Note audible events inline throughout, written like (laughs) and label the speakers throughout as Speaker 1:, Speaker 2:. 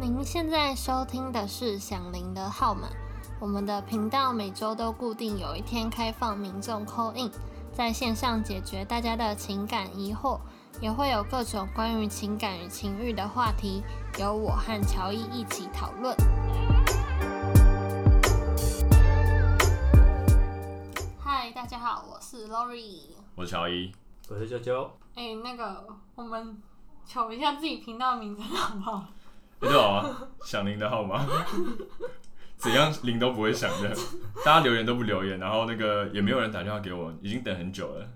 Speaker 1: 您现在收听的是《响铃的号码》，我们的频道每周都固定有一天开放民众 call in，在线上解决大家的情感疑惑，也会有各种关于情感与情欲的话题，由我和乔伊一起讨论。嗨，大家好，我是 Lori。
Speaker 2: 我是乔伊，
Speaker 3: 我是啾啾，
Speaker 1: 哎、那个，我们瞅一下自己频道名称好不好？
Speaker 2: 你知道吗？响啊铃的号码，怎样铃都不会响的，大家留言都不留言，然后那个也没有人打电话给我，已经等很久了，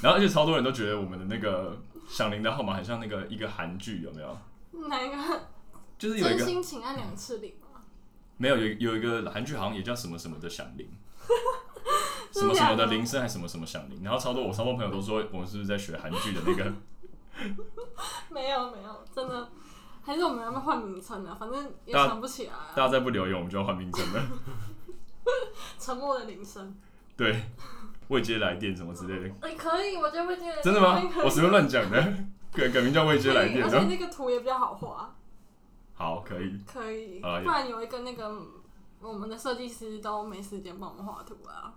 Speaker 2: 然后而且超多人都觉得我们的那个响铃的号码很像那个一个韩剧，有没有？
Speaker 1: 哪一个？
Speaker 2: 就是 (laughs) 有一
Speaker 1: 真
Speaker 2: 个
Speaker 1: 心请按两次铃吗？
Speaker 2: 没有有有一个韩剧好像也叫什么什么的响
Speaker 1: (laughs)
Speaker 2: 铃，什么
Speaker 1: 真的
Speaker 2: 什
Speaker 1: 假
Speaker 2: 么
Speaker 1: 的
Speaker 2: 的铃声还是什么什么响铃，然后超多我超多朋友都说我们是不是在学韩剧的那个，
Speaker 1: 没有没有，真的，还是我们要不要换名称呢？啊反正也
Speaker 2: 大
Speaker 1: 想不起来、啊。
Speaker 2: 大家再不留言我们就要换名称了。
Speaker 1: 沉默的铃声，
Speaker 2: 对，未接来电什么之类的，
Speaker 1: 哎、可以，我觉得会 (laughs) 接
Speaker 2: (laughs)
Speaker 1: 得
Speaker 2: 真的吗
Speaker 1: 可以？
Speaker 2: 我随便乱讲的， (laughs) 改改名叫未接来电
Speaker 1: 哎而
Speaker 2: 的
Speaker 1: 且。那个图也比较好画，
Speaker 2: 好，可以。
Speaker 1: 可以，
Speaker 2: 啊也
Speaker 1: 不然有一个那个我们的设计师都没时间帮我们画图啊。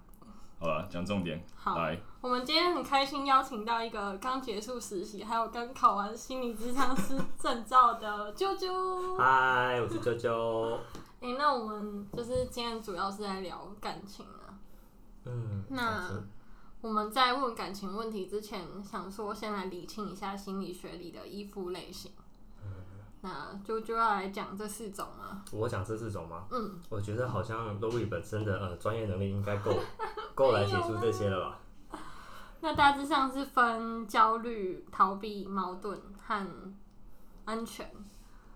Speaker 2: 好了，讲重点，
Speaker 1: 好，
Speaker 2: 来， (laughs)
Speaker 1: 我们今天很开心邀请到一个刚结束实习，还有刚考完心理咨商师 (laughs) 证照的啾啾。
Speaker 3: 嗨，我是啾啾。
Speaker 1: 哎、那我们就是今天主要是在聊感情啊。
Speaker 3: 嗯，
Speaker 1: 那
Speaker 3: 感情
Speaker 1: 我们在问感情问题之前，想说先来理清一下心理学里的依附类型。那就就要来讲这四种吗？
Speaker 3: 我讲这四种吗？
Speaker 1: 嗯，
Speaker 3: 我觉得好像 Lori 本身的呃专业能力应该
Speaker 1: (laughs)
Speaker 3: 够够来解
Speaker 1: 没有
Speaker 3: 出
Speaker 1: 啊
Speaker 3: 这些了吧？
Speaker 1: 那大致上是分焦虑、逃避、矛盾和安全。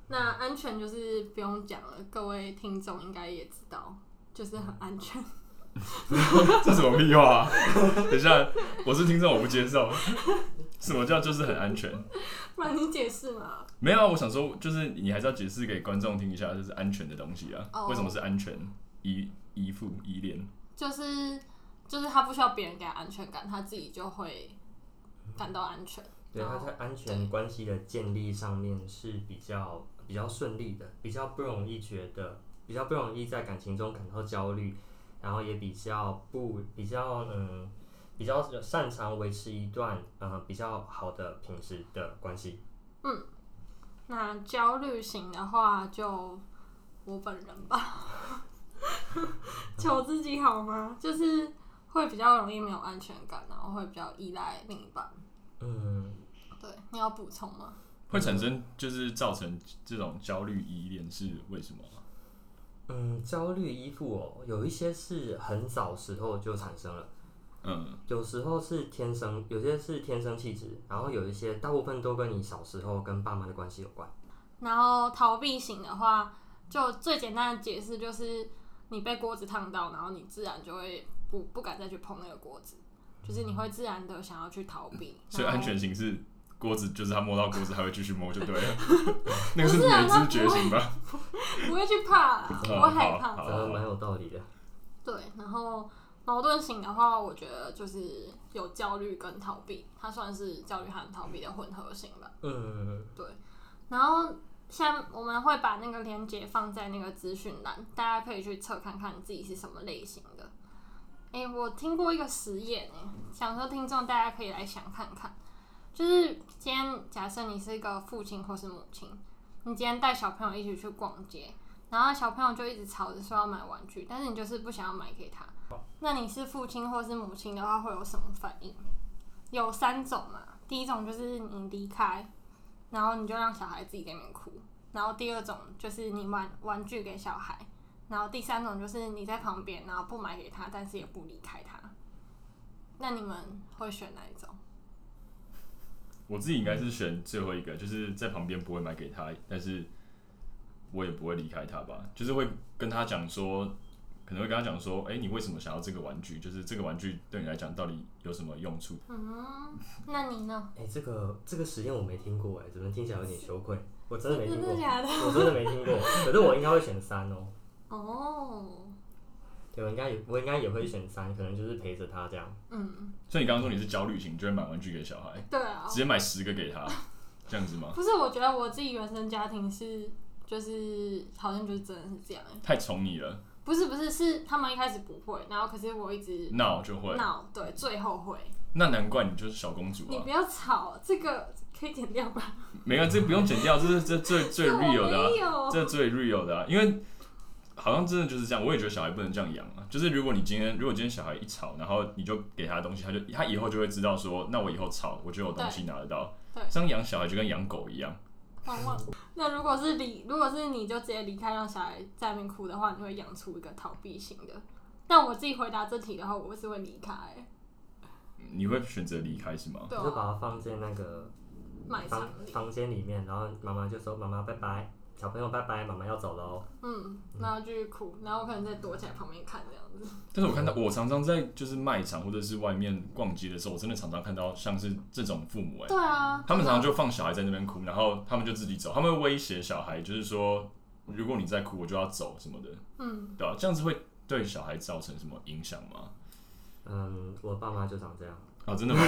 Speaker 1: 那安全就是不用讲了，各位听众应该也知道，就是很安全。 (laughs)
Speaker 2: 这什么屁话、啊？ (laughs) 等一下，我是听众，我不接受。 (laughs) 什么叫就是很安全？
Speaker 1: 不然你解释嘛？
Speaker 2: 没有啊，我想说，就是你还是要解释给观众听一下，就是安全的东西啊
Speaker 1: 哦
Speaker 2: 为什么是安全依依附依恋？
Speaker 1: 就是就是他不需要别人给他安全感，他自己就会感到安全。
Speaker 3: 对，他在安全关系的建立上面是比较比较顺利的，比较不容易觉得，比较不容易在感情中感到焦虑，然后也比较不比较嗯比较擅长维持一段呃比较好的品质的关系。
Speaker 1: 那焦虑型的话，就我本人吧， (laughs) 求自己好吗？就是会比较容易没有安全感，然后会比较依赖另一半。
Speaker 3: 嗯，
Speaker 1: 对，你要补充吗？
Speaker 2: 会产生
Speaker 1: 嗯
Speaker 2: 就是造成这种焦虑依恋是为什么啊？
Speaker 3: 嗯，焦虑依附哦，有一些是很早时候就产生了，
Speaker 2: 嗯，
Speaker 3: 有时候是天生，有些是天生气质，然后有一些大部分都跟你小时候跟爸妈的关系有关。
Speaker 1: 然后逃避型的话，就最简单的解释就是你被锅子烫到，然后你自然就会不不敢再去碰那个锅子，就是你会自然的想要去逃避。
Speaker 2: 所以
Speaker 1: 然后
Speaker 2: 安全型是锅子，就是他摸到锅子还会继续摸就对
Speaker 1: (laughs)
Speaker 2: 了。那个
Speaker 1: 不是啊
Speaker 2: 美
Speaker 1: 他
Speaker 2: 知觉型吧？
Speaker 1: 不会去怕啦，不会害怕
Speaker 2: 嗯好。好
Speaker 3: 真的蛮有道理的。
Speaker 1: 对，然后矛盾型的话，我觉得就是有焦虑跟逃避，它算是焦虑和逃避的混合型吧。
Speaker 3: 嗯，
Speaker 1: 然后像我们会把那个链接放在那个资讯栏，大家可以去测看看自己是什么类型的。诶，我听过一个实验、诶，想说听众大家可以来想看看，就是今天假设你是一个父亲或是母亲，你今天带小朋友一起去逛街，然后小朋友就一直吵着说要买玩具，但是你就是不想要买给他，那你是父亲或是母亲的话会有什么反应？有三种嘛，第一种就是你离开，然后你就让小孩自己在那边哭。然后第二种就是你玩玩具给小孩，然后第三种就是你在旁边，然后不买给他，但是也不离开他。那你们会选哪一种？
Speaker 2: 我自己
Speaker 1: 嗯
Speaker 2: 应该是选最后一个，就是在旁边不会买给他，但是我也不会离开他吧，就是会跟他讲说，可能会跟他讲说，哎、你为什么想要这个玩具？就是这个玩具对你来讲到底有什么用处？
Speaker 1: 嗯，那你呢？
Speaker 3: 哎、这个这个实验我没听过哎，怎么听起来有点羞愧？我真的没听过，
Speaker 1: 假的？
Speaker 3: 我真的没
Speaker 1: (laughs)
Speaker 3: 听过。可是我应该会选三哦，
Speaker 1: 哦，
Speaker 3: 对，我应该也我应该也会选三，可能就是陪着他这样。
Speaker 1: 嗯，
Speaker 2: 所以你刚刚说你是焦虑型，就会买玩具给小孩，
Speaker 1: 对啊
Speaker 2: 直，接买十个给他，这样子吗？ (laughs)
Speaker 1: 不是，我觉得我自己原生家庭是，就是好像就是真的是这样欸。
Speaker 2: 太宠你了，
Speaker 1: 不是不是，是他们一开始不会，然后可是我一直
Speaker 2: 闹就会，
Speaker 1: 闹，对，最后会。
Speaker 2: 那难怪你就是小公主
Speaker 1: 你
Speaker 2: 啊。
Speaker 1: 不要吵，这个可以剪掉吧？
Speaker 2: 没有，这不用剪掉，这是这最
Speaker 1: (laughs)
Speaker 2: 最
Speaker 1: 这我
Speaker 2: real 的、啊
Speaker 1: 没，
Speaker 2: (laughs)
Speaker 1: 有
Speaker 2: 这最 real 的、啊，因为好像真的就是这样。我也觉得小孩不能这样养啊，就是如果你今天如果今天小孩一吵，然后你就给他东西，他就他以后就会知道说，那我以后吵，我就有东西拿得到
Speaker 1: 对。
Speaker 2: 这样养小孩就跟养狗一样，
Speaker 1: 旺旺。那如果是离，如果是你就直接离开，让小孩在那边哭的话，你会养出一个逃避型的。但我自己回答这题的话，我是会离开、
Speaker 2: 你会选择离开是吗？
Speaker 1: 对
Speaker 3: 哦就
Speaker 1: 啊，
Speaker 3: 把它放在那个
Speaker 1: 卖场
Speaker 3: 房
Speaker 1: 里，
Speaker 3: 房间里面，然后妈妈就说：“妈妈拜拜，小朋友拜拜，妈妈要走哦喽。
Speaker 1: 嗯，然后继续哭，然后我可能再躲起来旁边看这样子。
Speaker 2: 但是我看到，我常常在就是卖场或者是外面逛街的时候，我真的常常看到像是这种父母哎、
Speaker 1: 对啊，
Speaker 2: 他们常常就放小孩在那边哭，然后他们就自己走，他们会威胁小孩，就是说如果你再哭，我就要走什么的，
Speaker 1: 嗯，
Speaker 2: 对啊吧、这样子会对小孩造成什么影响吗？”
Speaker 3: 嗯，我爸妈就长这样。
Speaker 2: 啊，真的吗？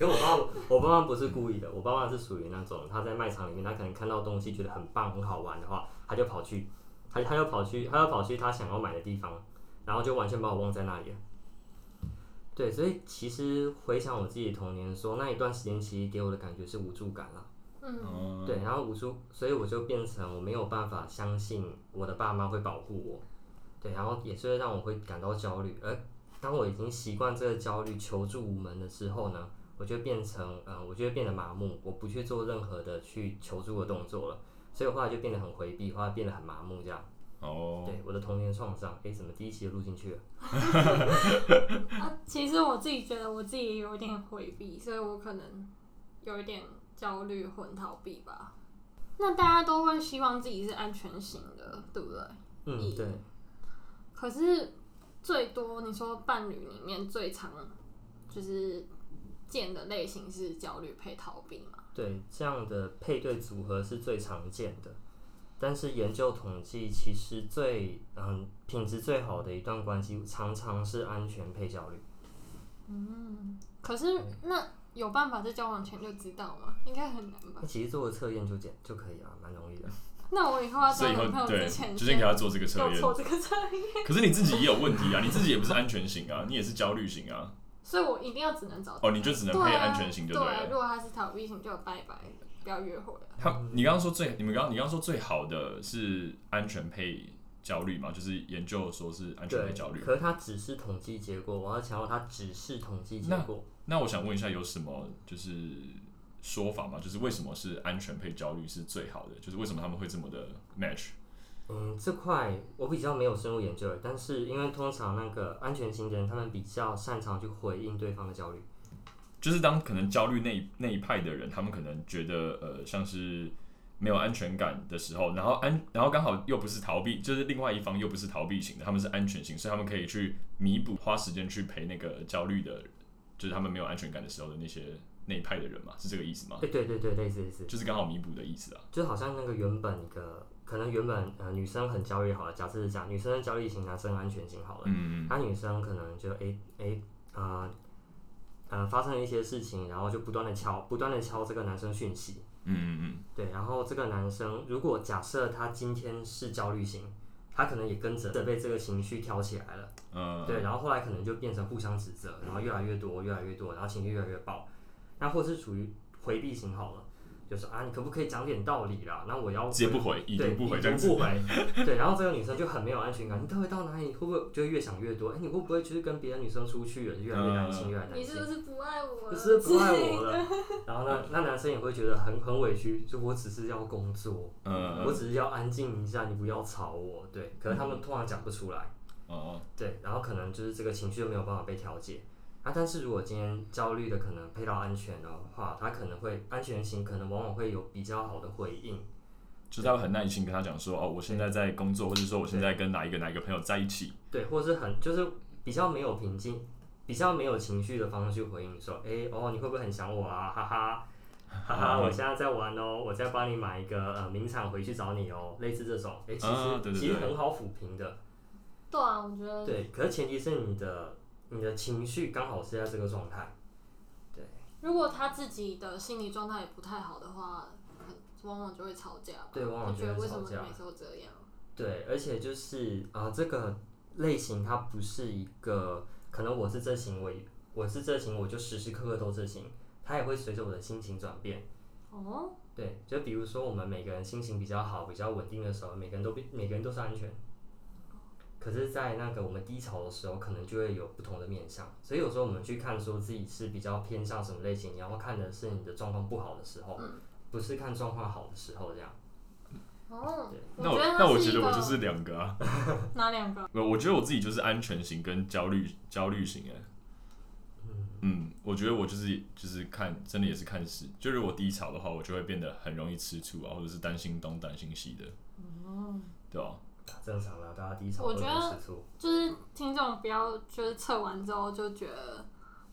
Speaker 3: 因为我爸，我爸妈不是故意的，我爸妈是属于那种他在卖场里面，他可能看到东西觉得很棒、很好玩的话，他就跑去，他他就跑去，他就跑去他想要买的地方，然后就完全把我忘在那里了。对，所以其实回想我自己的童年说那一段时间其实给我的感觉是无助感啦。
Speaker 2: 嗯，
Speaker 3: 对，然后无助，所以我就变成我没有办法相信我的爸妈会保护我，对，然后也是会让我会感到焦虑。而当我已经习惯这个焦虑、求助无门的时候呢，我就变成，呃，我就会变得麻木，我不去做任何的去求助的动作了，所以我后来就变得很回避，后来变得很麻木，这样。
Speaker 2: 哦，
Speaker 3: 对，我的童年创伤，诶，怎么第一期就录进去了？
Speaker 1: 啊，其实我自己觉得我自己有一点回避，所以我可能有一点焦虑混逃避吧。那大家都会希望自己是安全型的，对不对？
Speaker 3: 嗯，对，
Speaker 1: 可是最多你说伴侣里面最常就是见的类型是焦虑配逃避嘛？
Speaker 3: 对，这样的配对组合是最常见的。但是研究统计，其实最嗯品质最好的一段关系，常常是安全配焦虑。
Speaker 1: 可是那有办法在交往前就知道吗？应该很难吧
Speaker 3: 那？其实做个测验就简就可以啊，蛮容易的。
Speaker 1: 那我以后要
Speaker 2: 所
Speaker 1: 交
Speaker 2: 以以
Speaker 1: 男朋
Speaker 2: 后
Speaker 1: 友
Speaker 2: 对，
Speaker 1: 之前，
Speaker 2: 就先给他做这个测
Speaker 1: 要
Speaker 2: 验。
Speaker 1: 做这个测验，
Speaker 2: 可是你自己也有问题啊，你自己也不是安全型啊，你也是焦虑型啊。
Speaker 1: 所以我一定要只
Speaker 2: (laughs)
Speaker 1: 能找
Speaker 2: 哦，你就只能配安全型就
Speaker 1: 对啊
Speaker 2: 了。
Speaker 1: 如果他是逃避型，就拜拜，不要约会了。
Speaker 2: 他，你刚刚说最，你们刚刚你刚刚说最好的是安全配焦虑嘛？就是研究说是安全配
Speaker 3: 对
Speaker 2: 焦，虑。
Speaker 3: 可是它只是统计结果，我要强调它只是统计结
Speaker 2: 那
Speaker 3: 果。
Speaker 2: 那我想问一下，有什么就是说法吗？就是为什么是安全配焦虑是最好的？就是为什么他们会这么的 match？
Speaker 3: 嗯，这块我比较没有深入研究了，但是因为通常那个安全型的人，他们比较擅长去回应对方的焦虑。
Speaker 2: 就是当可能焦虑那一那一派的人，他们可能觉得呃像是没有安全感的时候，然后安然后刚好又不是逃避，就是另外一方又不是逃避型的，他们是安全型，所以他们可以去弥补花时间去陪那个焦虑的，就是他们没有安全感的时候的那些那一派的人嘛，是这个意思吗？
Speaker 3: 哎对对对对，类似类似。
Speaker 2: 就是刚好弥补的意思啊。
Speaker 3: 就好像那个原本一个，可能原本呃女生很焦虑好了，假设是讲女生的焦虑型，男生安全型好了，
Speaker 2: 嗯，
Speaker 3: 那、女生可能就诶诶啊呃发生了一些事情，然后就不断的敲不断的敲这个男生讯息，
Speaker 2: 嗯嗯嗯，
Speaker 3: 对，然后这个男生如果假设他今天是焦虑型，他可能也跟着被这个情绪挑起来了，
Speaker 2: 呃，
Speaker 3: 对，然后后来可能就变成互相指责，然后越来越多，越来越多，然后情绪越来越爆。那或是处于回避型好了，就是啊，你可不可以讲点道理啦？那我要
Speaker 2: 直接不回，已
Speaker 3: 对，
Speaker 2: 读不回
Speaker 3: 已
Speaker 2: 这样
Speaker 3: 读
Speaker 2: 子。
Speaker 3: 不回。对，然后这个女生就很没有安全感，你到底到哪里？会不会就越想越多？哎、你会不会就是跟别的女生出去了？就越来越
Speaker 2: 嗯
Speaker 3: 担心，越来越担
Speaker 1: 你
Speaker 3: 心
Speaker 1: 是，不是不爱我了？
Speaker 3: 你是不是不爱我了？然后呢，那男生也会觉得很很委屈，就我只是要工作，
Speaker 2: 呃，
Speaker 3: 我只是要安静一下，你不要吵我。对，可
Speaker 2: 嗯
Speaker 3: 能他们通常讲不出来，
Speaker 2: 哦，
Speaker 3: 对，然后可能就是这个情绪就没有办法被调节。啊，但是如果今天焦虑的可能配到安全的话，他可能会安全型，可能往往会有比较好的回应。
Speaker 2: 就是他会很耐心跟他讲说，哦，我现在在工作，或者说我现在跟哪一个哪一个朋友在一起，
Speaker 3: 对，或者是很就是比较没有平静、比较没有情绪的方式去回应，说，哎、哦，你会不会很想我啊？哈哈，哈哈，我现在在玩哦，我在帮你买一个呃名产回去找你哦，类似这种，哎、其实、
Speaker 2: 啊对对
Speaker 3: 其实
Speaker 2: 对
Speaker 3: 很好抚平的，
Speaker 1: (laughs) 对啊，我觉得
Speaker 3: 对，可是前提是你的你的情绪刚好是在这个状态，
Speaker 1: 如果他自己的心理状态也不太好的话，往往就会吵架吧。
Speaker 3: 对往往
Speaker 1: 就
Speaker 3: 就
Speaker 1: 觉得
Speaker 3: 会
Speaker 1: 为什么
Speaker 3: 吵架
Speaker 1: 你每次都这样？
Speaker 3: 对，而且就是啊、呃这个类型它不是一个，可能我是这型，我也我是这型，我就时时刻刻都这型，它也会随着我的心情转变。
Speaker 1: 哦，
Speaker 3: 对，就比如说我们每个人心情比较好、比较稳定的时候，每个人都比每个人都是安全。可是，在那个我们低潮的时候，可能就会有不同的面向。所以有时候我们去看说自己是比较偏向什么类型，然后看的是你的状况不好的时候，
Speaker 1: 嗯
Speaker 3: 不是看状况好的时候这样。
Speaker 1: 哦，
Speaker 2: 那
Speaker 1: 觉得
Speaker 2: 那我
Speaker 1: 它
Speaker 2: 觉
Speaker 1: 是一
Speaker 2: 得
Speaker 1: 个
Speaker 2: 我就是两个啊，
Speaker 1: 哪两个？
Speaker 2: 我我觉得我自己就是安全型跟焦虑焦虑型哎、嗯，我觉得我就是就是看，真的也是看事。就如果低潮的话，我就会变得很容易吃醋啊，或者是担心东担心西的，
Speaker 1: 哦
Speaker 2: 对啊吧、
Speaker 3: 正常啦，大家低潮
Speaker 1: 我
Speaker 3: 都
Speaker 1: 觉
Speaker 3: 会
Speaker 1: 得
Speaker 3: 吃醋。
Speaker 1: 就是听众不要就是测完之后就觉得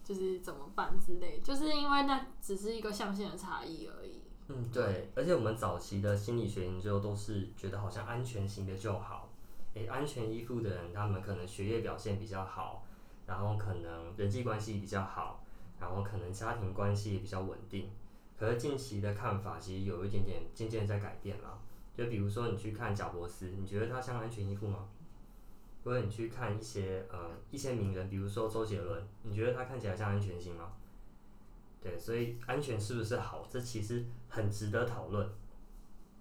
Speaker 1: 就是怎么办之类，就是因为那只是一个象限的差异而已。
Speaker 3: 嗯，对。而且我们早期的心理学研究都是觉得好像安全型的就好，诶，安全依附的人，他们可能学业表现比较好，然后可能人际关系比较好，然后可能家庭关系也比较稳定。可是近期的看法其实有一点点渐渐在改变啦。就比如说你去看贾伯斯，你觉得他像安全依附吗？或者你去看一些呃一些名人，比如说周杰伦，你觉得他看起来像安全型吗？对，所以安全是不是好，这其实很值得讨论。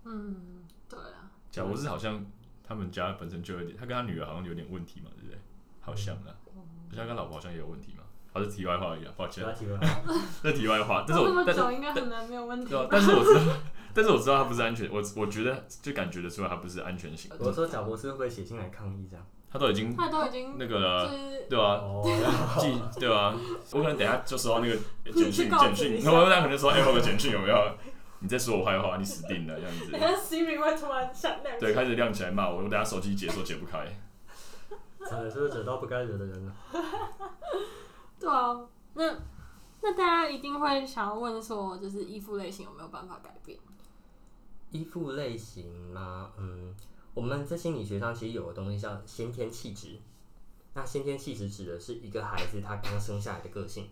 Speaker 1: 嗯，对啊，
Speaker 2: 贾博士好像他们家本身就有点，他跟他女儿好像有点问题嘛，对不对？好像啊，
Speaker 1: 嗯
Speaker 2: 好像跟老婆好像也有问题嘛。好是题外话而已啊，抱
Speaker 3: 不
Speaker 2: 歉，
Speaker 3: 要提了。
Speaker 2: 那题外话。但是
Speaker 1: 做
Speaker 2: 我
Speaker 1: 这哦么
Speaker 2: 但是
Speaker 1: 久应该很难没有问题
Speaker 2: 对啊，但是我知道，但是我知道他不是安全，我我觉得就感觉得出来他不是安全型，
Speaker 3: 我说贾博士会不会写信来抗议这样？
Speaker 2: 他都已经
Speaker 1: 他都已经
Speaker 2: 那个啊
Speaker 1: 就
Speaker 2: 了，
Speaker 1: 是
Speaker 2: 对吧、
Speaker 3: 哦，
Speaker 2: 记对吧、我可能等一下就收到那个简
Speaker 1: 去
Speaker 2: 讯，
Speaker 1: 告
Speaker 2: 简
Speaker 1: 知一
Speaker 2: 讯，
Speaker 1: 下
Speaker 2: 然后那可能说，哎、我有个简讯有没有？你在说我坏话，你死定了这样
Speaker 1: 等 (laughs)
Speaker 2: 子。
Speaker 1: 下 Siri 会突然响亮，
Speaker 2: 对，开始亮起来骂我，我等下手机解锁解不开。
Speaker 3: 真的就是惹到不该惹的人了。
Speaker 1: 对啊，那那大家一定会想要问说，就是依附类型有没有办法改变？
Speaker 3: 依附类型吗？嗯，我们在心理学上其实有个东西叫先天气质。那先天气质指的是一个孩子他刚生下来的个性。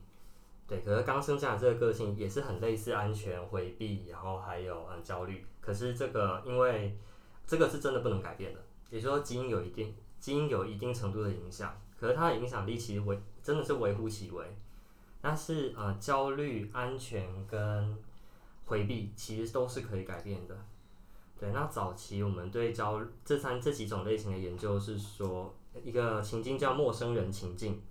Speaker 3: 对，可是刚生下来这个个性也是很类似安全、回避，然后还有嗯焦虑。可是这个因为这个是真的不能改变的，也就是说基因有一定基因有一定程度的影响，可是它的影响力其实微真的是微乎其微。但是呃，焦虑、安全跟回避其实都是可以改变的。对，那早期我们对焦这三这几种类型的研究是说，一个情境叫陌生人情境，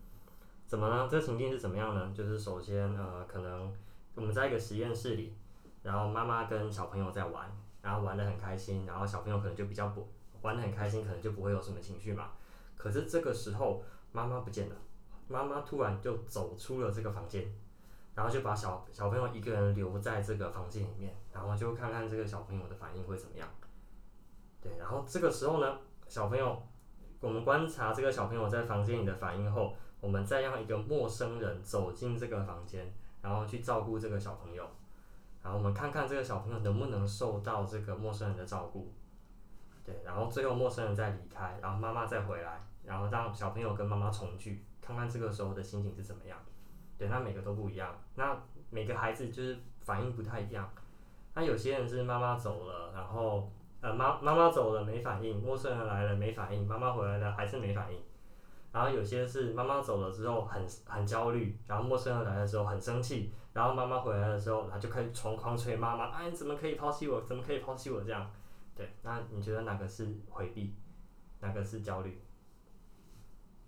Speaker 3: 怎么呢？这个情境是怎么样呢？就是首先呃，可能我们在一个实验室里，然后妈妈跟小朋友在玩，然后玩的很开心，然后小朋友可能就比较不玩的很开心，可能就不会有什么情绪嘛。可是这个时候妈妈不见了，妈妈突然就走出了这个房间。然后就把小小朋友一个人留在这个房间里面，然后就看看这个小朋友的反应会怎么样。对，然后这个时候呢，小朋友，我们观察这个小朋友在房间里的反应后，我们再让一个陌生人走进这个房间，然后去照顾这个小朋友，然后我们看看这个小朋友能不能受到这个陌生人的照顾。对，然后最后陌生人再离开，然后妈妈再回来，然后让小朋友跟妈妈重聚，看看这个时候的心情是怎么样。对，那每个都不一样，那每个孩子就是反应不太一样。那有些人是妈妈走了，然后呃妈妈妈走了没反应，陌生人来了没反应，妈妈回来了还是没反应。然后有些是妈妈走了之后很很焦虑，然后陌生人来的时候很生气，然后妈妈回来的时候，他就开始狂狂捶妈妈，哎，你怎么可以抛弃我？怎么可以抛弃我？这样，对，那你觉得哪个是回避，哪个是焦虑？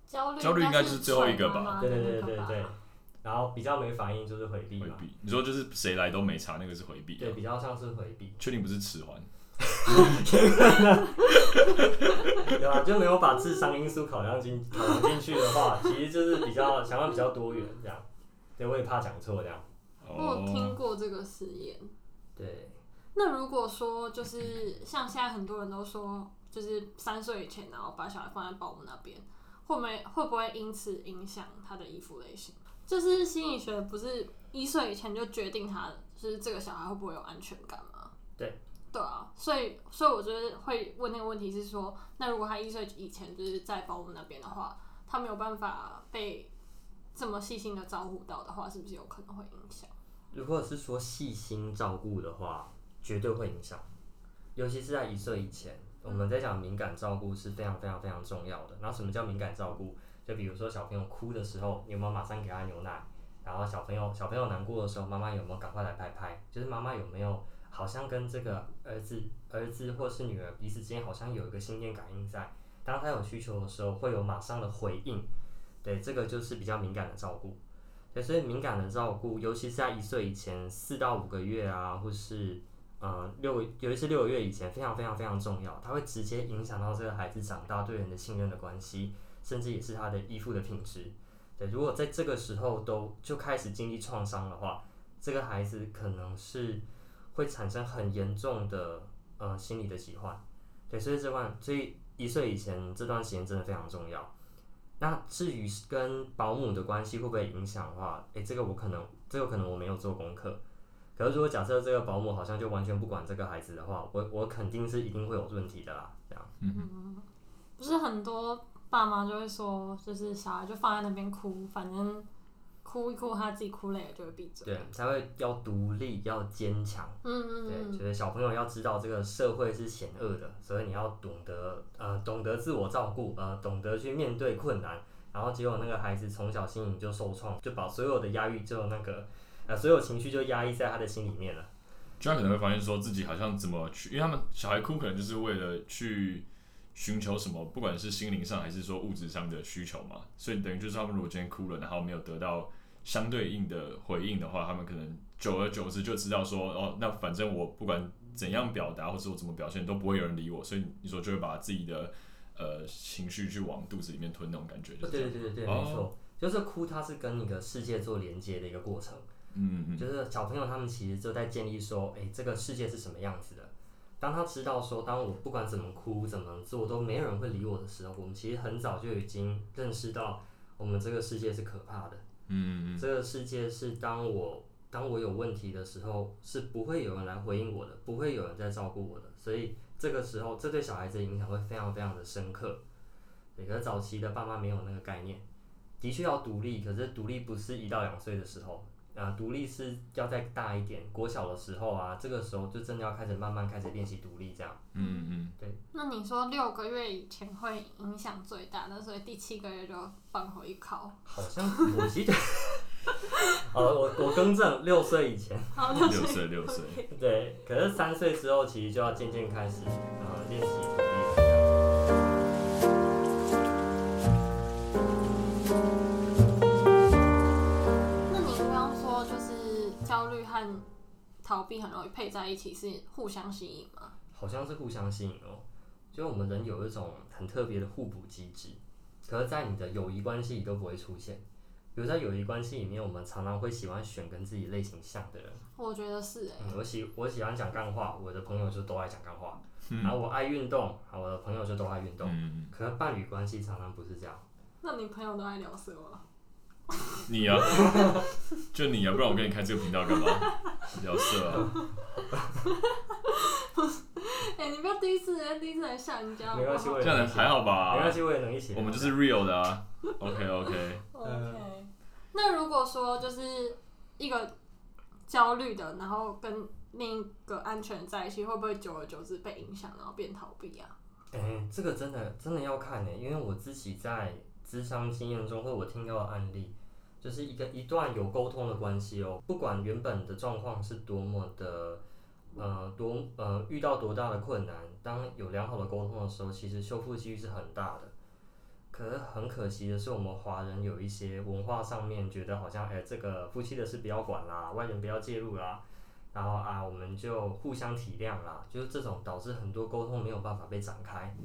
Speaker 1: 焦虑
Speaker 2: 焦虑应该就是最后一个吧
Speaker 1: 蠢妈妈
Speaker 3: 对
Speaker 1: 的
Speaker 3: 对
Speaker 1: 那
Speaker 3: 对
Speaker 1: 个
Speaker 3: 对
Speaker 1: 吧
Speaker 3: 对，然后比较没反应就是回避
Speaker 2: 回
Speaker 3: 嘛，
Speaker 2: 避，你说就是谁来都没差，那个是回避啊。
Speaker 3: 对，比较像是回避， (laughs)
Speaker 2: 确定不是迟缓？
Speaker 3: 对吧？就没有把智商因素考量进考量进去的话，其实就是比较想法比较多元这样，对，我也怕讲错这样，
Speaker 2: 哦
Speaker 1: 我有听过这个实验。
Speaker 3: 对，
Speaker 1: 那如果说就是像现在很多人都说，就是三岁以前，然后把小孩放在保姆那边，会不会会不会因此影响他的依附类型？就是心理学不是一岁以前就决定他，就是这个小孩会不会有安全感吗？
Speaker 3: 对，
Speaker 1: 对啊，所以所以我觉得会问那个问题是说，那如果他一岁以前就是在保姆那边的话，他没有办法被这么细心的照顾到的话，是不是有可能会影响？
Speaker 3: 如果是说细心照顾的话，绝对会影响，尤其是在一岁以前，我们在讲敏感照顾是非常非常非常重要的。然后什么叫敏感照顾？就比如说小朋友哭的时候，你有没有马上给他牛奶？然后小朋友小朋友难过的时候，妈妈有没有赶快来拍拍？就是妈妈有没有好像跟这个儿子儿子或是女儿彼此之间好像有一个心电感应在，当他有需求的时候，会有马上的回应。对，这个就是比较敏感的照顾。对，所以敏感的照顾，尤其是在一岁以前四到五个月啊，或是呃六，尤其是六个月以前，非常非常非常重要，它会直接影响到这个孩子长大对人的信任的关系，甚至也是他的依附的品质。对，如果在这个时候都就开始经历创伤的话，这个孩子可能是会产生很严重的呃心理的疾患。对，所以这段，所以一岁以前这段时间真的非常重要。那至于是跟保姆的关系会不会影响的话，诶、这个我可能，这个可能我没有做功课。可是如果假设这个保姆好像就完全不管这个孩子的话，我我肯定是一定会有问题的啦。这样，
Speaker 1: 不是很多爸妈就会说，就是小孩就放在那边哭，反正哭一哭，他自己哭累了就会闭嘴。
Speaker 2: 啊
Speaker 3: 对，才会要独立，要坚强。
Speaker 1: 嗯嗯
Speaker 3: 对，觉得小朋友要知道这个社会是险恶的，所以你要懂得呃懂得自我照顾，呃懂得去面对困难。然后结果那个孩子从小心灵就受创，就把所有的压抑就那个呃所有情绪就压抑在他的心里面了。
Speaker 2: 就他可能会发现说自己好像怎么去，因为他们小孩哭可能就是为了去寻求什么，不管是心灵上还是说物质上的需求嘛。所以等于就是他们如果今天哭了，然后没有得到相对应的回应的话，他们可能久而久之就知道说，哦，那反正我不管怎样表达或者我怎么表现都不会有人理我，所以你说就会把自己的呃情绪去往肚子里面吞那种感觉，就是这
Speaker 3: 对
Speaker 2: 样
Speaker 3: 对对对对，
Speaker 2: 哦
Speaker 3: 没错，就是哭，它是跟你的世界做连接的一个过程。
Speaker 2: 嗯嗯
Speaker 3: 就是小朋友他们其实就在建立说，哎、这个世界是什么样子的。当他知道说，当我不管怎么哭、怎么做都没有人会理我的时候，我们其实很早就已经认识到，我们这个世界是可怕的。
Speaker 2: 嗯嗯
Speaker 3: 这个世界是当我当我有问题的时候，是不会有人来回应我的，不会有人在照顾我的，所以这个时候这对小孩子的影响会非常非常的深刻。对，可是早期的爸妈没有那个概念，的确要独立，可是独立不是一到两岁的时候。啊，独立是要再大一点，国小的时候啊，这个时候就真的要开始慢慢开始练习独立，这样。
Speaker 2: 嗯嗯，
Speaker 1: 那你说六个月以前会影响最大的，所以第七个月就放回考。
Speaker 3: 好像我记 (laughs) 得，呃，我我更正，六岁以前。
Speaker 1: 好，
Speaker 2: 嗯六岁六岁。
Speaker 3: 对，可是三岁之后，其实就要渐渐开始呃练习独立这样。
Speaker 1: 那你刚刚说就是焦虑和逃避很容易配在一起，是互相吸引吗？
Speaker 3: 好像是互相吸引哦，就我们人有一种很特别的互补机制，可是，在你的友谊关系里都不会出现。比如在友谊关系里面，我们常常会喜欢选跟自己类型像的人。
Speaker 1: 我觉得是诶、欸
Speaker 3: 嗯我喜我喜欢讲干话，我的朋友就都爱讲干话。然后我爱运动，好，我的朋友就都爱运动。
Speaker 2: 嗯，
Speaker 3: 可是伴侣关系常常不是这样。
Speaker 1: 那你朋友都爱聊色吗？
Speaker 2: 你啊， (laughs) 就你啊，不然我给你开这个频道干嘛？ (laughs) 聊色啊，
Speaker 1: (laughs) 哎、你不要第一次，人家第一次来吓人家好不
Speaker 3: 没关系，
Speaker 1: 好
Speaker 3: 我
Speaker 2: 这样
Speaker 3: 也能
Speaker 2: 人
Speaker 3: 一起
Speaker 2: 还好
Speaker 3: 没关
Speaker 2: 吧？
Speaker 3: 系，我也能一起。
Speaker 2: 我们就是 real 的啊。OK OK，
Speaker 3: 呃
Speaker 1: OK，那如果说就是一个焦虑的，然后跟另一个安全在一起，会不会久而久之被影响，然后变逃避啊？
Speaker 3: 哎、这个真的真的要看呢、因为我自己在咨商经验中，或我听到的案例，就是一个一段有沟通的关系哦，不管原本的状况是多么的，呃，多呃遇到多大的困难，当有良好的沟通的时候，其实修复几率是很大的。可是很可惜的是，我们华人有一些文化上面觉得好像，哎、这个夫妻的事不要管啦，外人不要介入啦，然后啊，我们就互相体谅啦，就是这种导致很多沟通没有办法被展开，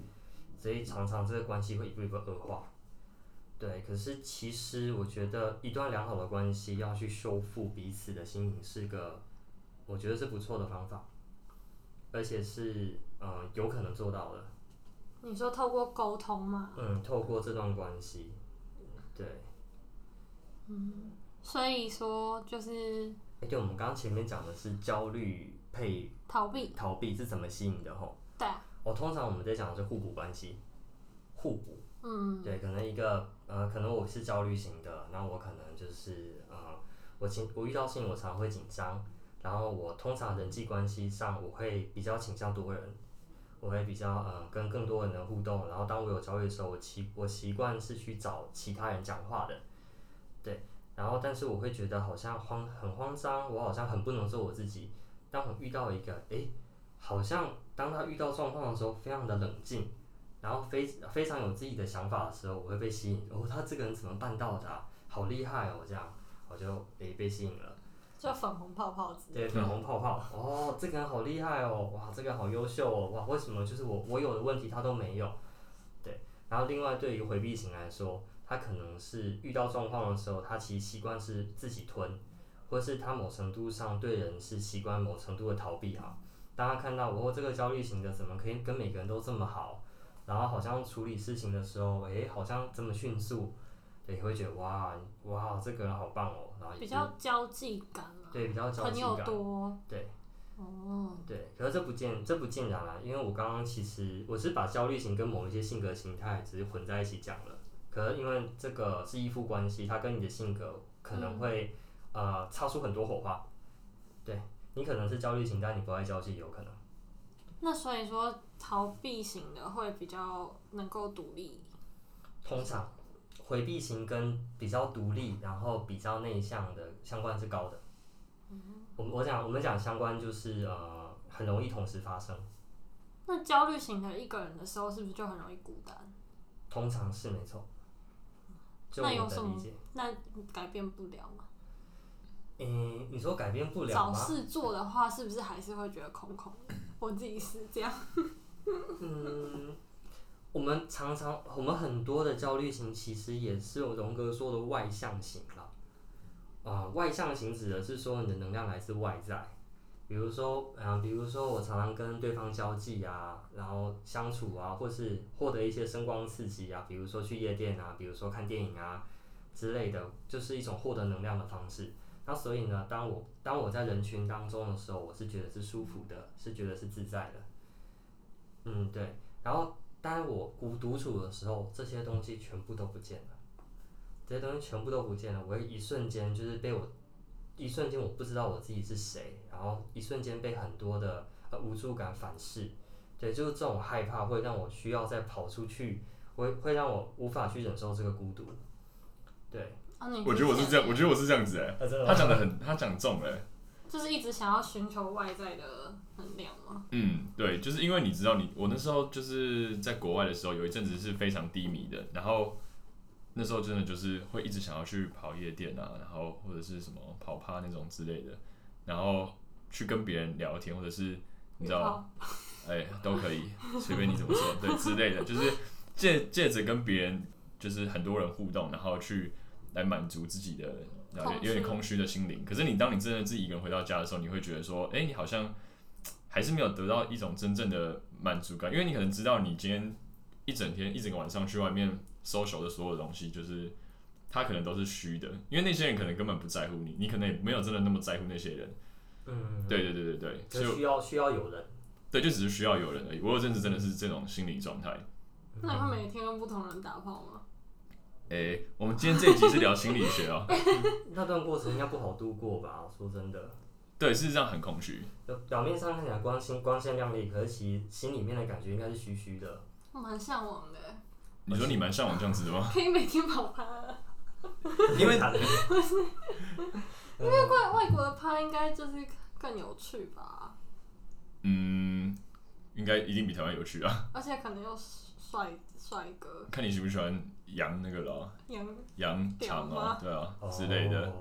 Speaker 3: 所以常常这个关系会一步一步恶化。对，可是其实我觉得一段良好的关系要去修复彼此的心灵是个，我觉得是不错的方法，而且是呃有可能做到的。
Speaker 1: 你说透过沟通吗？
Speaker 3: 嗯，透过这段关系，对，
Speaker 1: 所以说就是
Speaker 3: 而且我们刚刚前面讲的是焦虑配
Speaker 1: 逃避，
Speaker 3: 逃避是怎么吸引的吼。
Speaker 1: 对啊，
Speaker 3: 我、哦通常我们在讲的是互补关系，互补。
Speaker 1: 嗯，
Speaker 3: 对，可能一个呃，可能我是焦虑型的，那我可能就是呃，我紧我遇到事情我常会紧张，然后我通常人际关系上，我会比较倾向多人，我会比较嗯跟更多人的互动。然后当我有焦虑的时候，我习我习惯是去找其他人讲话的，对。然后但是我会觉得好像慌很慌张，我好像很不能做我自己。当我遇到一个诶，好像当他遇到状况的时候，非常的冷静，然后非非常有自己的想法的时候，我会被吸引。哦，他这个人怎么办到的、啊？好厉害哦！这样我就诶被吸引了。
Speaker 1: 就粉红泡泡之
Speaker 3: 对，
Speaker 1: 类
Speaker 3: 粉红泡泡。哦，这个人好厉害哦！哇，这个人好优秀哦！哇，为什么就是我我有的问题他都没有？对。然后另外对于回避型来说，他可能是遇到状况的时候，他其实习惯是自己吞，或是他某程度上对人是习惯某程度的逃避哈。当他看到我、哦、这个焦虑型的怎么可以跟每个人都这么好，然后好像处理事情的时候，诶，好像这么迅速，对，会觉得哇哇这个人好棒哦，然后
Speaker 1: 的，
Speaker 3: 也
Speaker 1: 比较交际感啊，
Speaker 3: 对比较焦
Speaker 1: 朋
Speaker 3: 急
Speaker 1: 友
Speaker 3: 感。
Speaker 1: 多
Speaker 3: 对
Speaker 1: 哦，
Speaker 3: 对，可是这不见这不尽然啦、因为我刚刚其实我是把焦虑型跟某一些性格形态只是混在一起讲了，可是因为这个是依附关系，它跟你的性格可
Speaker 1: 嗯
Speaker 3: 能会、呃擦出很多火花。对你可能是焦虑型，但你不爱交际，有可能。
Speaker 1: 那所以说逃避型的会比较能够独立，
Speaker 3: 通常回避型跟比较独立，然后比较内向的相关是高的。
Speaker 1: 嗯
Speaker 3: 我们我讲我们讲相关就是呃很容易同时发生，
Speaker 1: 那焦虑型的一个人的时候是不是就很容易孤单？
Speaker 3: 通常是没错。就我
Speaker 1: 那有
Speaker 3: 的
Speaker 1: 什
Speaker 3: 理
Speaker 1: 么
Speaker 3: 解。
Speaker 1: 那改变不了吗？
Speaker 3: 嗯，你说改变不了
Speaker 1: 找
Speaker 3: 吗？
Speaker 1: 事做的话，是不是还是会觉得空空的？我自己是这样，
Speaker 3: 嗯，我们常常我们很多的焦虑型其实也是有荣格说的外向型啦。啊、外向型指的是说你的能量来自外在，比如说，啊、比如说我常常跟对方交际啊，然后相处啊，或是获得一些声光刺激啊，比如说去夜店啊，比如说看电影啊之类的，就是一种获得能量的方式。那所以呢，当我当我在人群当中的时候，我是觉得是舒服的，是觉得是自在的。嗯，对。然后，当我孤独处的时候，这些东西全部都不见了，这些东西全部都不见了。我一瞬间就是被我，一瞬间我不知道我自己是谁，然后一瞬间被很多的呃无助感反噬。对，就是这种害怕会让我需要再跑出去，会会让我无法去忍受这个孤独。对，
Speaker 1: 啊，你
Speaker 2: 我觉得我是这样，我觉得我是这样子哎、
Speaker 3: 啊、真
Speaker 2: 他讲的很，他讲中了欸、
Speaker 1: 就是一直想要寻求外在的能量吗？
Speaker 2: 嗯，对，就是因为你知道你，我那时候就是在国外的时候，有一阵子是非常低迷的，然后那时候真的就是会一直想要去跑夜店啊，然后或者是什么跑趴那种之类的，然后去跟别人聊天，或者是你知道，哎、都可以，随便你怎么说，对之类的，就是借借着跟别人，就是很多人互动，然后去来满足自己的，然后有有点
Speaker 1: 空
Speaker 2: 空虚的心灵。可是你当你真的自己一个人回到家的时候，你会觉得说，哎、你好像嘖还是没有得到一种真正的满足感，因为你可能知道你今天一整天一整个晚上去外面 social 的所有东西，就是。他可能都是虚的，因为那些人可能根本不在乎你，你可能也没有真的那么在乎那些人。
Speaker 3: 嗯，
Speaker 2: 对对对对对，
Speaker 3: 可
Speaker 2: 所以
Speaker 3: 是需要需要有人。
Speaker 2: 对，就只是需要有人而已。我有阵子真的是这种心理状态。
Speaker 1: 那你会每天跟不同人打炮吗？
Speaker 2: 诶、我们今天这一集是聊心理学哦，
Speaker 3: 嗯那段过程应该不好度过吧？说真的。
Speaker 2: 对，事实上很空虚。
Speaker 3: 就表面上看起来光鲜光鲜亮丽，可是其实心里面的感觉应该是虚
Speaker 2: (laughs)
Speaker 3: 虚的。
Speaker 1: 我蛮向往的，
Speaker 2: 你说你蛮向往这样子的吗？
Speaker 1: 可以每天跑趴。
Speaker 3: 因 (laughs) 为他的，因为
Speaker 1: 外外国的趴应该就是更有趣吧，
Speaker 2: 嗯，应该一定比台湾有趣啊。
Speaker 1: 而且可能又帅帅哥，
Speaker 2: 看你喜不喜欢羊那个了，
Speaker 1: 也
Speaker 2: 羊肠
Speaker 1: 屌
Speaker 2: 哦，
Speaker 1: 吗
Speaker 2: 对啊 (laughs) 之类
Speaker 3: 哦
Speaker 2: 的。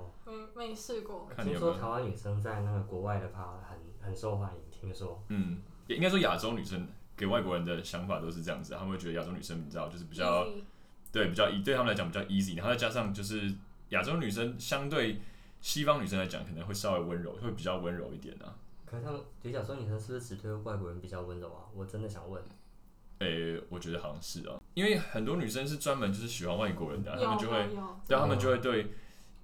Speaker 1: 没没试过。
Speaker 2: 看你有
Speaker 3: 听
Speaker 2: 没有
Speaker 3: 说台湾女生在那个国外的趴很很受欢迎，听说
Speaker 2: 嗯，也应该说亚洲女生给外国人的想法都是这样子，他们会觉得亚洲女生你知道就是比较
Speaker 1: Easy
Speaker 2: 对比较易对他们来讲比较 easy，然后再加上就是亚洲女生相对西方女生来讲可能会稍微温柔，会比较温柔一点啊。
Speaker 3: 可是他们嘴角说女生是不是只对外国人比较温柔啊？我真的想问，
Speaker 2: 诶、我觉得好像是啊，因为很多女生是专门就是喜欢外国人的啊、
Speaker 1: 有
Speaker 2: 他们就会
Speaker 1: 有有
Speaker 2: 对啊，他们就会对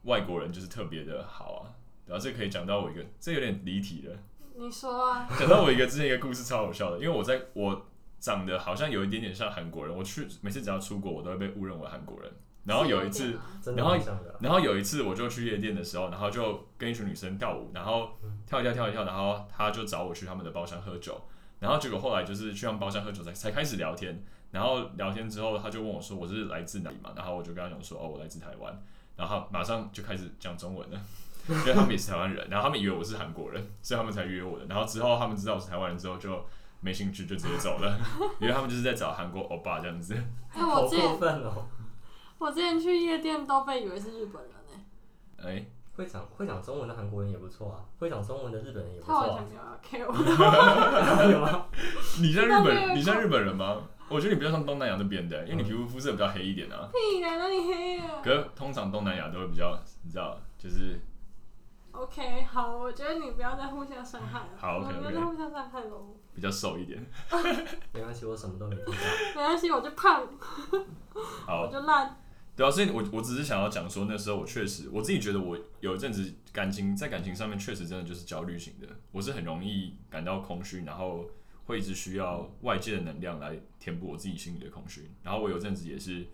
Speaker 2: 外国人就是特别的好啊。然后这可以讲到我一个，这有点离题了。
Speaker 1: 你说啊，
Speaker 2: 讲到我一个之前一个故事超好笑的，因为我在我长得好像有一点点像韩国人，我去每次只要出国，我都会被误认为韩国人。然后有一
Speaker 1: 是
Speaker 2: 次
Speaker 1: 点，啊
Speaker 3: 真的
Speaker 2: 然后
Speaker 3: 蛮像的啊。
Speaker 2: 然后有一次我就去夜店的时候，然后就跟一群女生跳舞，然后跳一跳跳一跳，然后她就找我去他们的包厢喝酒，然后结果后来就是去他们包厢喝酒才才开始聊天，然后聊天之后她就问我说我是来自哪里嘛，然后我就跟她讲说哦我来自台湾，然后她马上就开始讲中文了。因为他们也是台湾人，然后他们以为我是韩国人，所以他们才约我的。然后之后他们知道我是台湾人之后就没兴趣，就直接走了， (laughs) 因为他们就是在找韩国欧巴这样子。
Speaker 1: 哎、
Speaker 3: 好
Speaker 1: 我之
Speaker 3: 过
Speaker 1: 前
Speaker 3: 分哦！
Speaker 1: 我之前去夜店都被以为是日本人哎、
Speaker 2: 哎、
Speaker 3: 会讲会讲中文的韩国人也不错啊，会讲中文的日本人也不
Speaker 1: 他
Speaker 3: 错
Speaker 1: 完全
Speaker 3: 啊。
Speaker 1: 没有要 care
Speaker 3: (laughs)
Speaker 1: 我。 (laughs)
Speaker 3: 有吗？
Speaker 2: 你像日
Speaker 1: 那没有
Speaker 2: 本，
Speaker 1: 人
Speaker 2: 你像日本人吗？我觉得你比较像东南亚那边的，因为你皮肤肤色比较黑一点啊。
Speaker 1: 屁呀，那你黑了。
Speaker 2: 可是通常东南亚都会比较，你知道，就是，
Speaker 1: OK，好，我觉得你不要再互相伤害了。
Speaker 2: 好
Speaker 1: 我们不要
Speaker 2: OK，OK
Speaker 1: 再互相伤害喽。
Speaker 2: 比较瘦一点。
Speaker 3: 没关系，我什么都没听到。
Speaker 1: 没关系，我就胖，我
Speaker 2: 好，
Speaker 1: 就烂。
Speaker 2: 对啊，所以我我只是想要讲说，那时候我确实我自己觉得我有一阵子感情在感情上面确实真的就是焦虑型的，我是很容易感到空虚，然后会一直需要外界的能量来填补我自己心里的空虚。然后我有阵子也是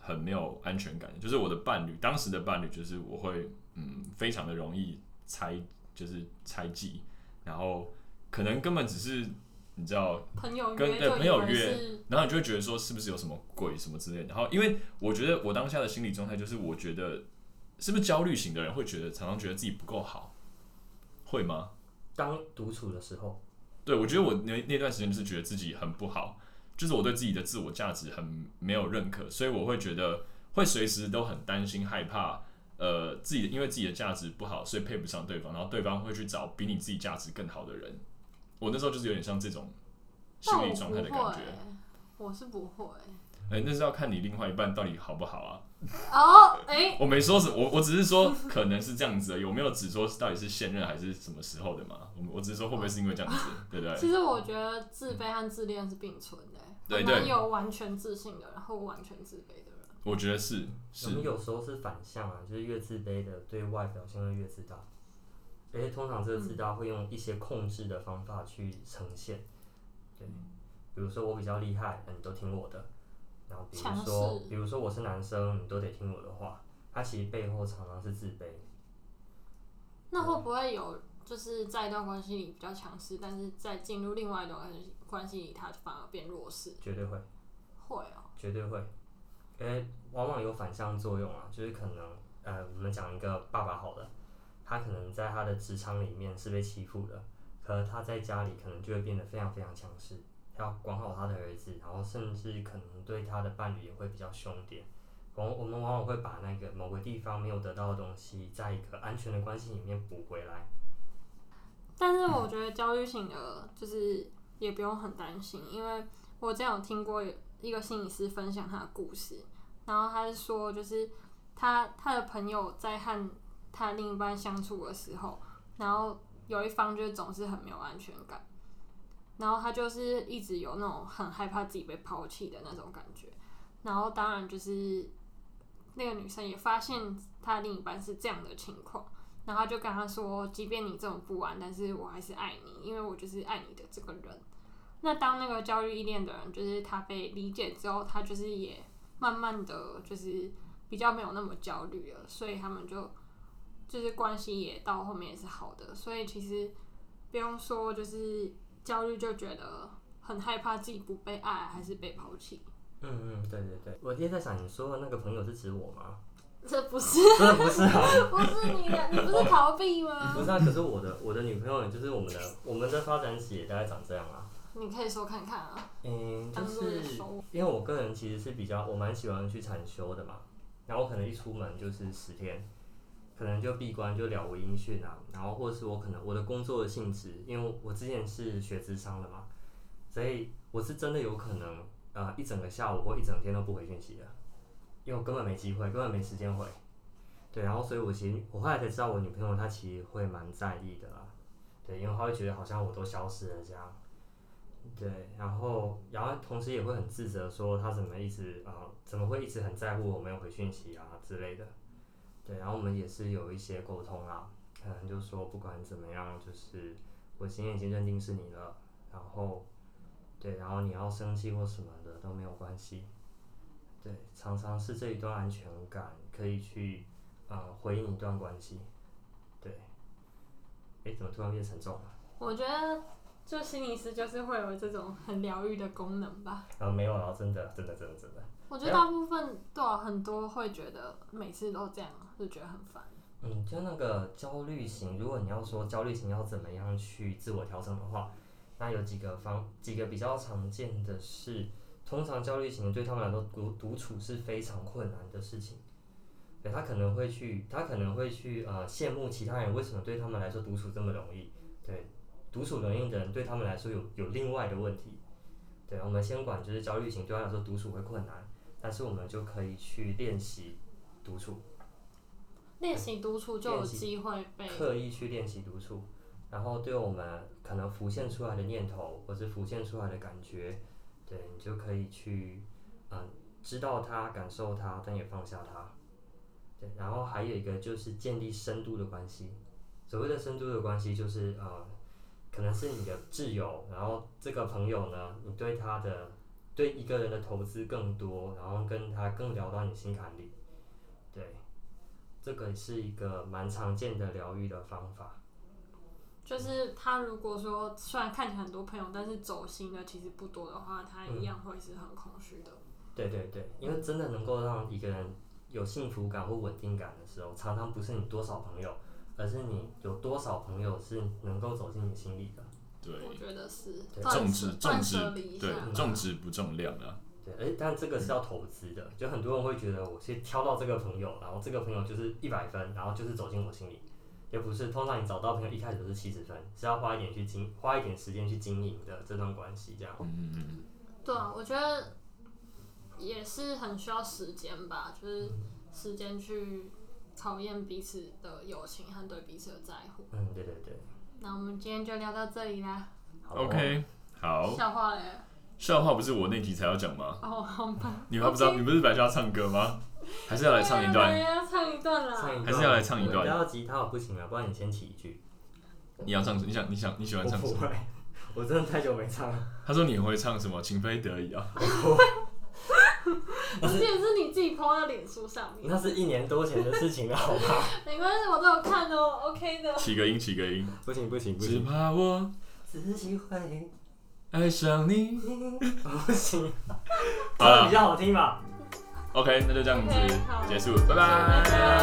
Speaker 2: 很没有安全感的，就是我的伴侣，当时的伴侣就是我会嗯非常的容易猜，就是猜忌，然后可能根本只是你知道
Speaker 1: 朋友
Speaker 2: 跟
Speaker 1: 约
Speaker 2: 对
Speaker 1: 就
Speaker 2: 朋
Speaker 1: 以
Speaker 2: 友
Speaker 1: 为
Speaker 2: 约
Speaker 1: 是，
Speaker 2: 然后你就会觉得说是不是有什么鬼什么之类的。然后因为我觉得我当下的心理状态就是，我觉得是不是焦虑型的人会觉得常常觉得自己不够好，会吗？
Speaker 3: 当独处的时候，
Speaker 2: 对，我觉得我那那段时间就是觉得自己很不好，就是我对自己的自我价值很没有认可，所以我会觉得会随时都很担心害怕。呃，自己的因为自己的价值不好，所以配不上对方，然后对方会去找比你自己价值更好的人。我那时候就是有点像这种心
Speaker 1: 但我
Speaker 2: 理
Speaker 1: 不
Speaker 2: 状态的感
Speaker 1: 会
Speaker 2: 觉。
Speaker 1: 欸，我是不会。欸
Speaker 2: 哎、那是要看你另外一半到底好不好啊。
Speaker 1: 哦，哎，
Speaker 2: 我没说什么，我我只是说可能是这样子而已，有没有只说到底是现任还是什么时候的嘛？我我只是说会不会是因为这样子，对不对？
Speaker 1: 其实我觉得自卑和自恋是并存的欸，
Speaker 2: 对
Speaker 1: 很
Speaker 2: 对
Speaker 1: 难有完全自信的，然后完全自卑的人。
Speaker 2: 我觉得是
Speaker 3: 我们
Speaker 2: 是，
Speaker 3: 有时候是反向啊，就是越自卑的对外表现会越自大，而且通常这个自大会用一些控制的方法去呈现。对，比如说我比较厉害，那你都听我的。然后比如
Speaker 1: 强
Speaker 3: 说，
Speaker 1: 势
Speaker 3: 比如说我是男生，你都得听我的话。他其实背后常常是自卑。
Speaker 1: 那会不会有就是在一段关系里比较强势，但是在进入另外一段关系关系里，他反而变弱势？
Speaker 3: 绝对会，
Speaker 1: 会哦，
Speaker 3: 绝对会，因为往往有反向作用啊，就是可能，呃，我们讲一个爸爸好了，他可能在他的职场里面是被欺负的，可是他在家里可能就会变得非常非常强势，要管好他的儿子，然后甚至可能对他的伴侣也会比较凶一点。往我们往往会把那个某个地方没有得到的东西，在一个安全的关系里面补回来。
Speaker 1: 但是我觉得焦虑型的，就是也不用很担心，因为我之前有听过一个心理师分享他的故事，然后他是说，就是他他的朋友在和他另一半相处的时候，然后有一方就是总是很没有安全感，然后他就是一直有那种很害怕自己被抛弃的那种感觉，然后当然就是那个女生也发现她另一半是这样的情况。然后他就跟他说，即便你这么不安，但是我还是爱你，因为我就是爱你的这个人。那当那个焦虑依恋的人，就是他被理解之后，他就是也慢慢的就是比较没有那么焦虑了，所以他们就就是关系也到后面也是好的。所以其实不用说，就是焦虑就觉得很害怕自己不被爱还是被抛弃， (laughs)
Speaker 3: 嗯嗯，对对对，我今天在想，你说的那个朋友是指我 (laughs) 吗？
Speaker 1: 这不是
Speaker 3: 真的不是啊。
Speaker 1: 不是你的，你不是逃避
Speaker 3: 不
Speaker 1: 吗？ (laughs)
Speaker 3: 是啊，可是我的我的女朋友就是我们的我们的发展史也大概长这样啊。
Speaker 1: 你可以说看看啊，
Speaker 3: 嗯，就
Speaker 1: 当做
Speaker 3: 是
Speaker 1: 收
Speaker 3: 因为我个人其实是比较我蛮喜欢去禅修的嘛，然后我可能一出门就是十天，可能就闭关就了无音讯啊，然后或是我可能我的工作的性质，因为我之前是学智商的嘛，所以我是真的有可能呃一整个下午或一整天都不回讯息的，因为我根本没机会，根本没时间回。对，然后所以我其实我后来才知道，我女朋友她其实会蛮在意的啦，对，因为她会觉得好像我都消失了这样。对，然后然后同时也会很自责，说他怎么一直啊、呃怎么会一直很在乎我没有回讯息啊之类的。对，然后我们也是有一些沟通啊，可能就说不管怎么样，就是我今天已经认定是你了，然后对，然后你要生气或什么的都没有关系。对，常常是这一段安全感可以去呃回应一段关系。对，哎，怎么突然变沉重了？
Speaker 1: 我觉得做心理师就是会有这种很疗愈的功能吧。
Speaker 3: 啊，没有了，真的，真的，真的，真的。
Speaker 1: 我觉得大部分对啊，很多会觉得每次都这样，就觉得很烦。
Speaker 3: 嗯，就那个焦虑型，如果你要说焦虑型要怎么样去自我调整的话，那有几个方几个比较常见的是，通常焦虑型对他们来说独独处是非常困难的事情。对他可能会去，他可能会去呃羡慕其他人为什么对他们来说独处这么容易。对，独处容易的人对他们来说有有另外的问题。对，我们先管就是焦虑型对他来说独处会困难，但是我们就可以去练习独处。
Speaker 1: 练习独处就有机会被
Speaker 3: 刻意去练习独处，然后对我们可能浮现出来的念头，或是浮现出来的感觉，对你就可以去嗯知道它、感受它，但也放下它。对，然后还有一个就是建立深度的关系。所谓的深度的关系，就是呃，可能是你的挚友，然后这个朋友呢，你对他的对一个人的投资更多，然后跟他更聊到你心坎里。对，这个是一个蛮常见的疗愈的方法。
Speaker 1: 就是他如果说虽然看起来很多朋友，但是走心的其实不多的话，他一样会是很空虚的。
Speaker 3: 对对对，因为真的能够让一个人有幸福感或稳定感的时候，常常不是你多少朋友，而是你有多少朋友是能够走进你心里的。
Speaker 2: 对，
Speaker 1: 我觉得是
Speaker 3: 对
Speaker 2: 重
Speaker 1: 断
Speaker 2: 质
Speaker 1: 舍
Speaker 2: 重
Speaker 1: 断
Speaker 2: 质
Speaker 1: 舍离一下
Speaker 2: 对
Speaker 1: 吧。
Speaker 2: 重质不重量啊，
Speaker 3: 对，而但这个是要投资的，就很多人会觉得我去挑到这个朋友，然后这个朋友就是一百分，然后就是走进我心里，也不是。通常你找到朋友一开始不是七十分，是要花一点去经花一点时间去经营的这段关系，这样。
Speaker 2: 嗯嗯嗯，
Speaker 1: 对啊，我觉得也是很需要时间吧，就是时间去考验彼此的友情和对彼此的在乎。
Speaker 3: 嗯，对对对。
Speaker 1: 那我们今天就聊到这里啦，
Speaker 3: 好哦
Speaker 2: OK，好，
Speaker 1: 笑话嘞！
Speaker 2: 笑话不是我那集才要讲吗？
Speaker 1: 哦，好
Speaker 2: (laughs)
Speaker 1: 吧，
Speaker 2: 你还不知道你不是本来就要唱歌吗？还是要来唱一段？
Speaker 1: 对啊唱一段啦。
Speaker 3: 唱一段
Speaker 2: 还是要来唱一段
Speaker 3: 我们要吉他我不行了，啊不然你先起一句。
Speaker 1: 啊
Speaker 2: 你要唱什么？你想你想你喜欢
Speaker 3: 我
Speaker 2: 唱什
Speaker 3: 不
Speaker 2: 么？
Speaker 3: 会， (laughs) 我真的太久没唱了。
Speaker 2: 他说你很会唱什么？情非得已啊！
Speaker 1: 不是，是你自己 po 到脸书上
Speaker 2: 嗯
Speaker 1: 面，
Speaker 3: 那是一年多前的事情了，好
Speaker 2: (laughs)
Speaker 3: 吧？
Speaker 1: 没关系，我都有看的哦，OK 的。
Speaker 2: 起个音，起个音。
Speaker 3: 不行不行
Speaker 2: 只，怕我
Speaker 3: 只喜欢你，
Speaker 2: 爱上你。
Speaker 3: 不行，
Speaker 2: 好了
Speaker 3: (laughs) 比较好听吧？
Speaker 2: OK，那就这样子
Speaker 1: OK，好
Speaker 2: 结束，拜
Speaker 1: 拜拜。